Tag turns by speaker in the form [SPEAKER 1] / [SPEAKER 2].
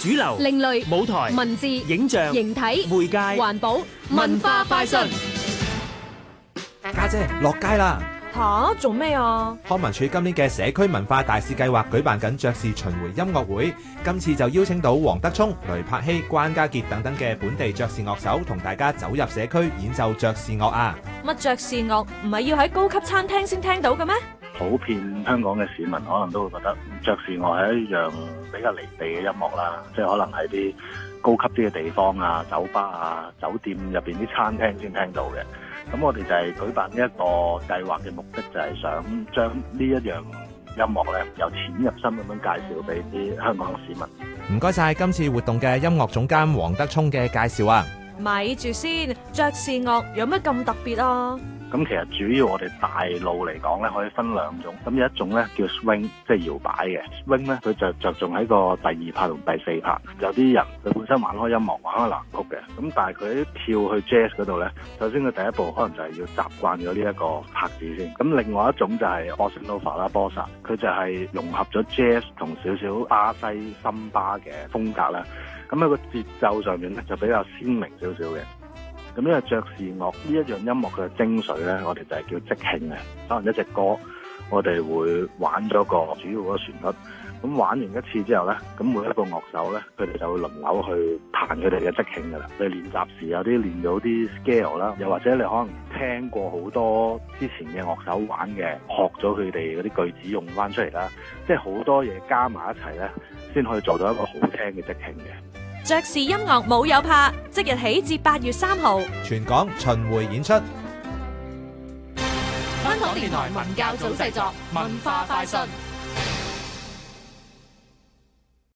[SPEAKER 1] 主流、
[SPEAKER 2] 另類
[SPEAKER 1] 舞台、
[SPEAKER 2] 文字、
[SPEAKER 1] 影像、
[SPEAKER 2] 形體、
[SPEAKER 1] 媒介、
[SPEAKER 2] 環保、文化快訊。
[SPEAKER 3] 家姐落街啦！
[SPEAKER 4] 吓，做咩啊？
[SPEAKER 3] 康文署今年嘅社區文化大使計劃舉辦緊爵士巡迴音樂會，今次就邀請到黃德聰、雷柏希、關家傑等等嘅本地爵士樂手，同大家走入社區演奏爵士樂啊！
[SPEAKER 4] 乜爵士樂唔係要喺高級餐廳先聽到嘅咩？
[SPEAKER 5] 普遍香港嘅市民可能都會覺得嗯爵士樂係一樣比較離地嘅音樂啦，即係可能喺啲高級啲嘅地方啊、酒吧啊、酒店入邊啲餐廳先聽到嘅。咁我哋就係舉辦呢一個計劃嘅目的，就係想將呢一樣音樂咧由淺入深咁樣介紹俾啲香港嘅市民。
[SPEAKER 3] 唔該晒今次活動嘅音樂總監黃德聰嘅介紹啊！
[SPEAKER 4] 咪住先，爵士樂有乜咁特別啊？
[SPEAKER 5] 咁其實主要我哋大路嚟講咧，可以分兩種。咁有一種咧叫 swing，即係搖擺嘅 swing 咧，佢就着重喺個第二拍同第四拍。有啲人佢本身玩開音樂，玩開南曲嘅，咁但係佢一跳去 jazz 嗰度咧，首先佢第一步可能就係要習慣咗呢一個拍子先。咁另外一種就係 bossa nova 啦，bossa 佢就係融合咗 jazz 同少少巴西森巴嘅風格啦。咁喺個節奏上面咧就比較鮮明少少嘅。咁因為爵士樂呢一樣音樂嘅精髓咧，我哋就係叫即興嘅。可能一隻歌，我哋會玩咗個主要嗰個旋律。咁玩完一次之後咧，咁每一個樂手咧，佢哋就會輪流去彈佢哋嘅即興噶啦。你練習時有啲練到啲 scale 啦，又或者你可能聽過好多之前嘅樂手玩嘅，學咗佢哋嗰啲句子用翻出嚟啦。即係好多嘢加埋一齊咧，先可以做到一個好聽嘅即興嘅。
[SPEAKER 4] 爵士音樂冇有怕，即日起至八月三號，
[SPEAKER 3] 全港巡迴演出。
[SPEAKER 2] 香港電台文教組製作，文化快訊。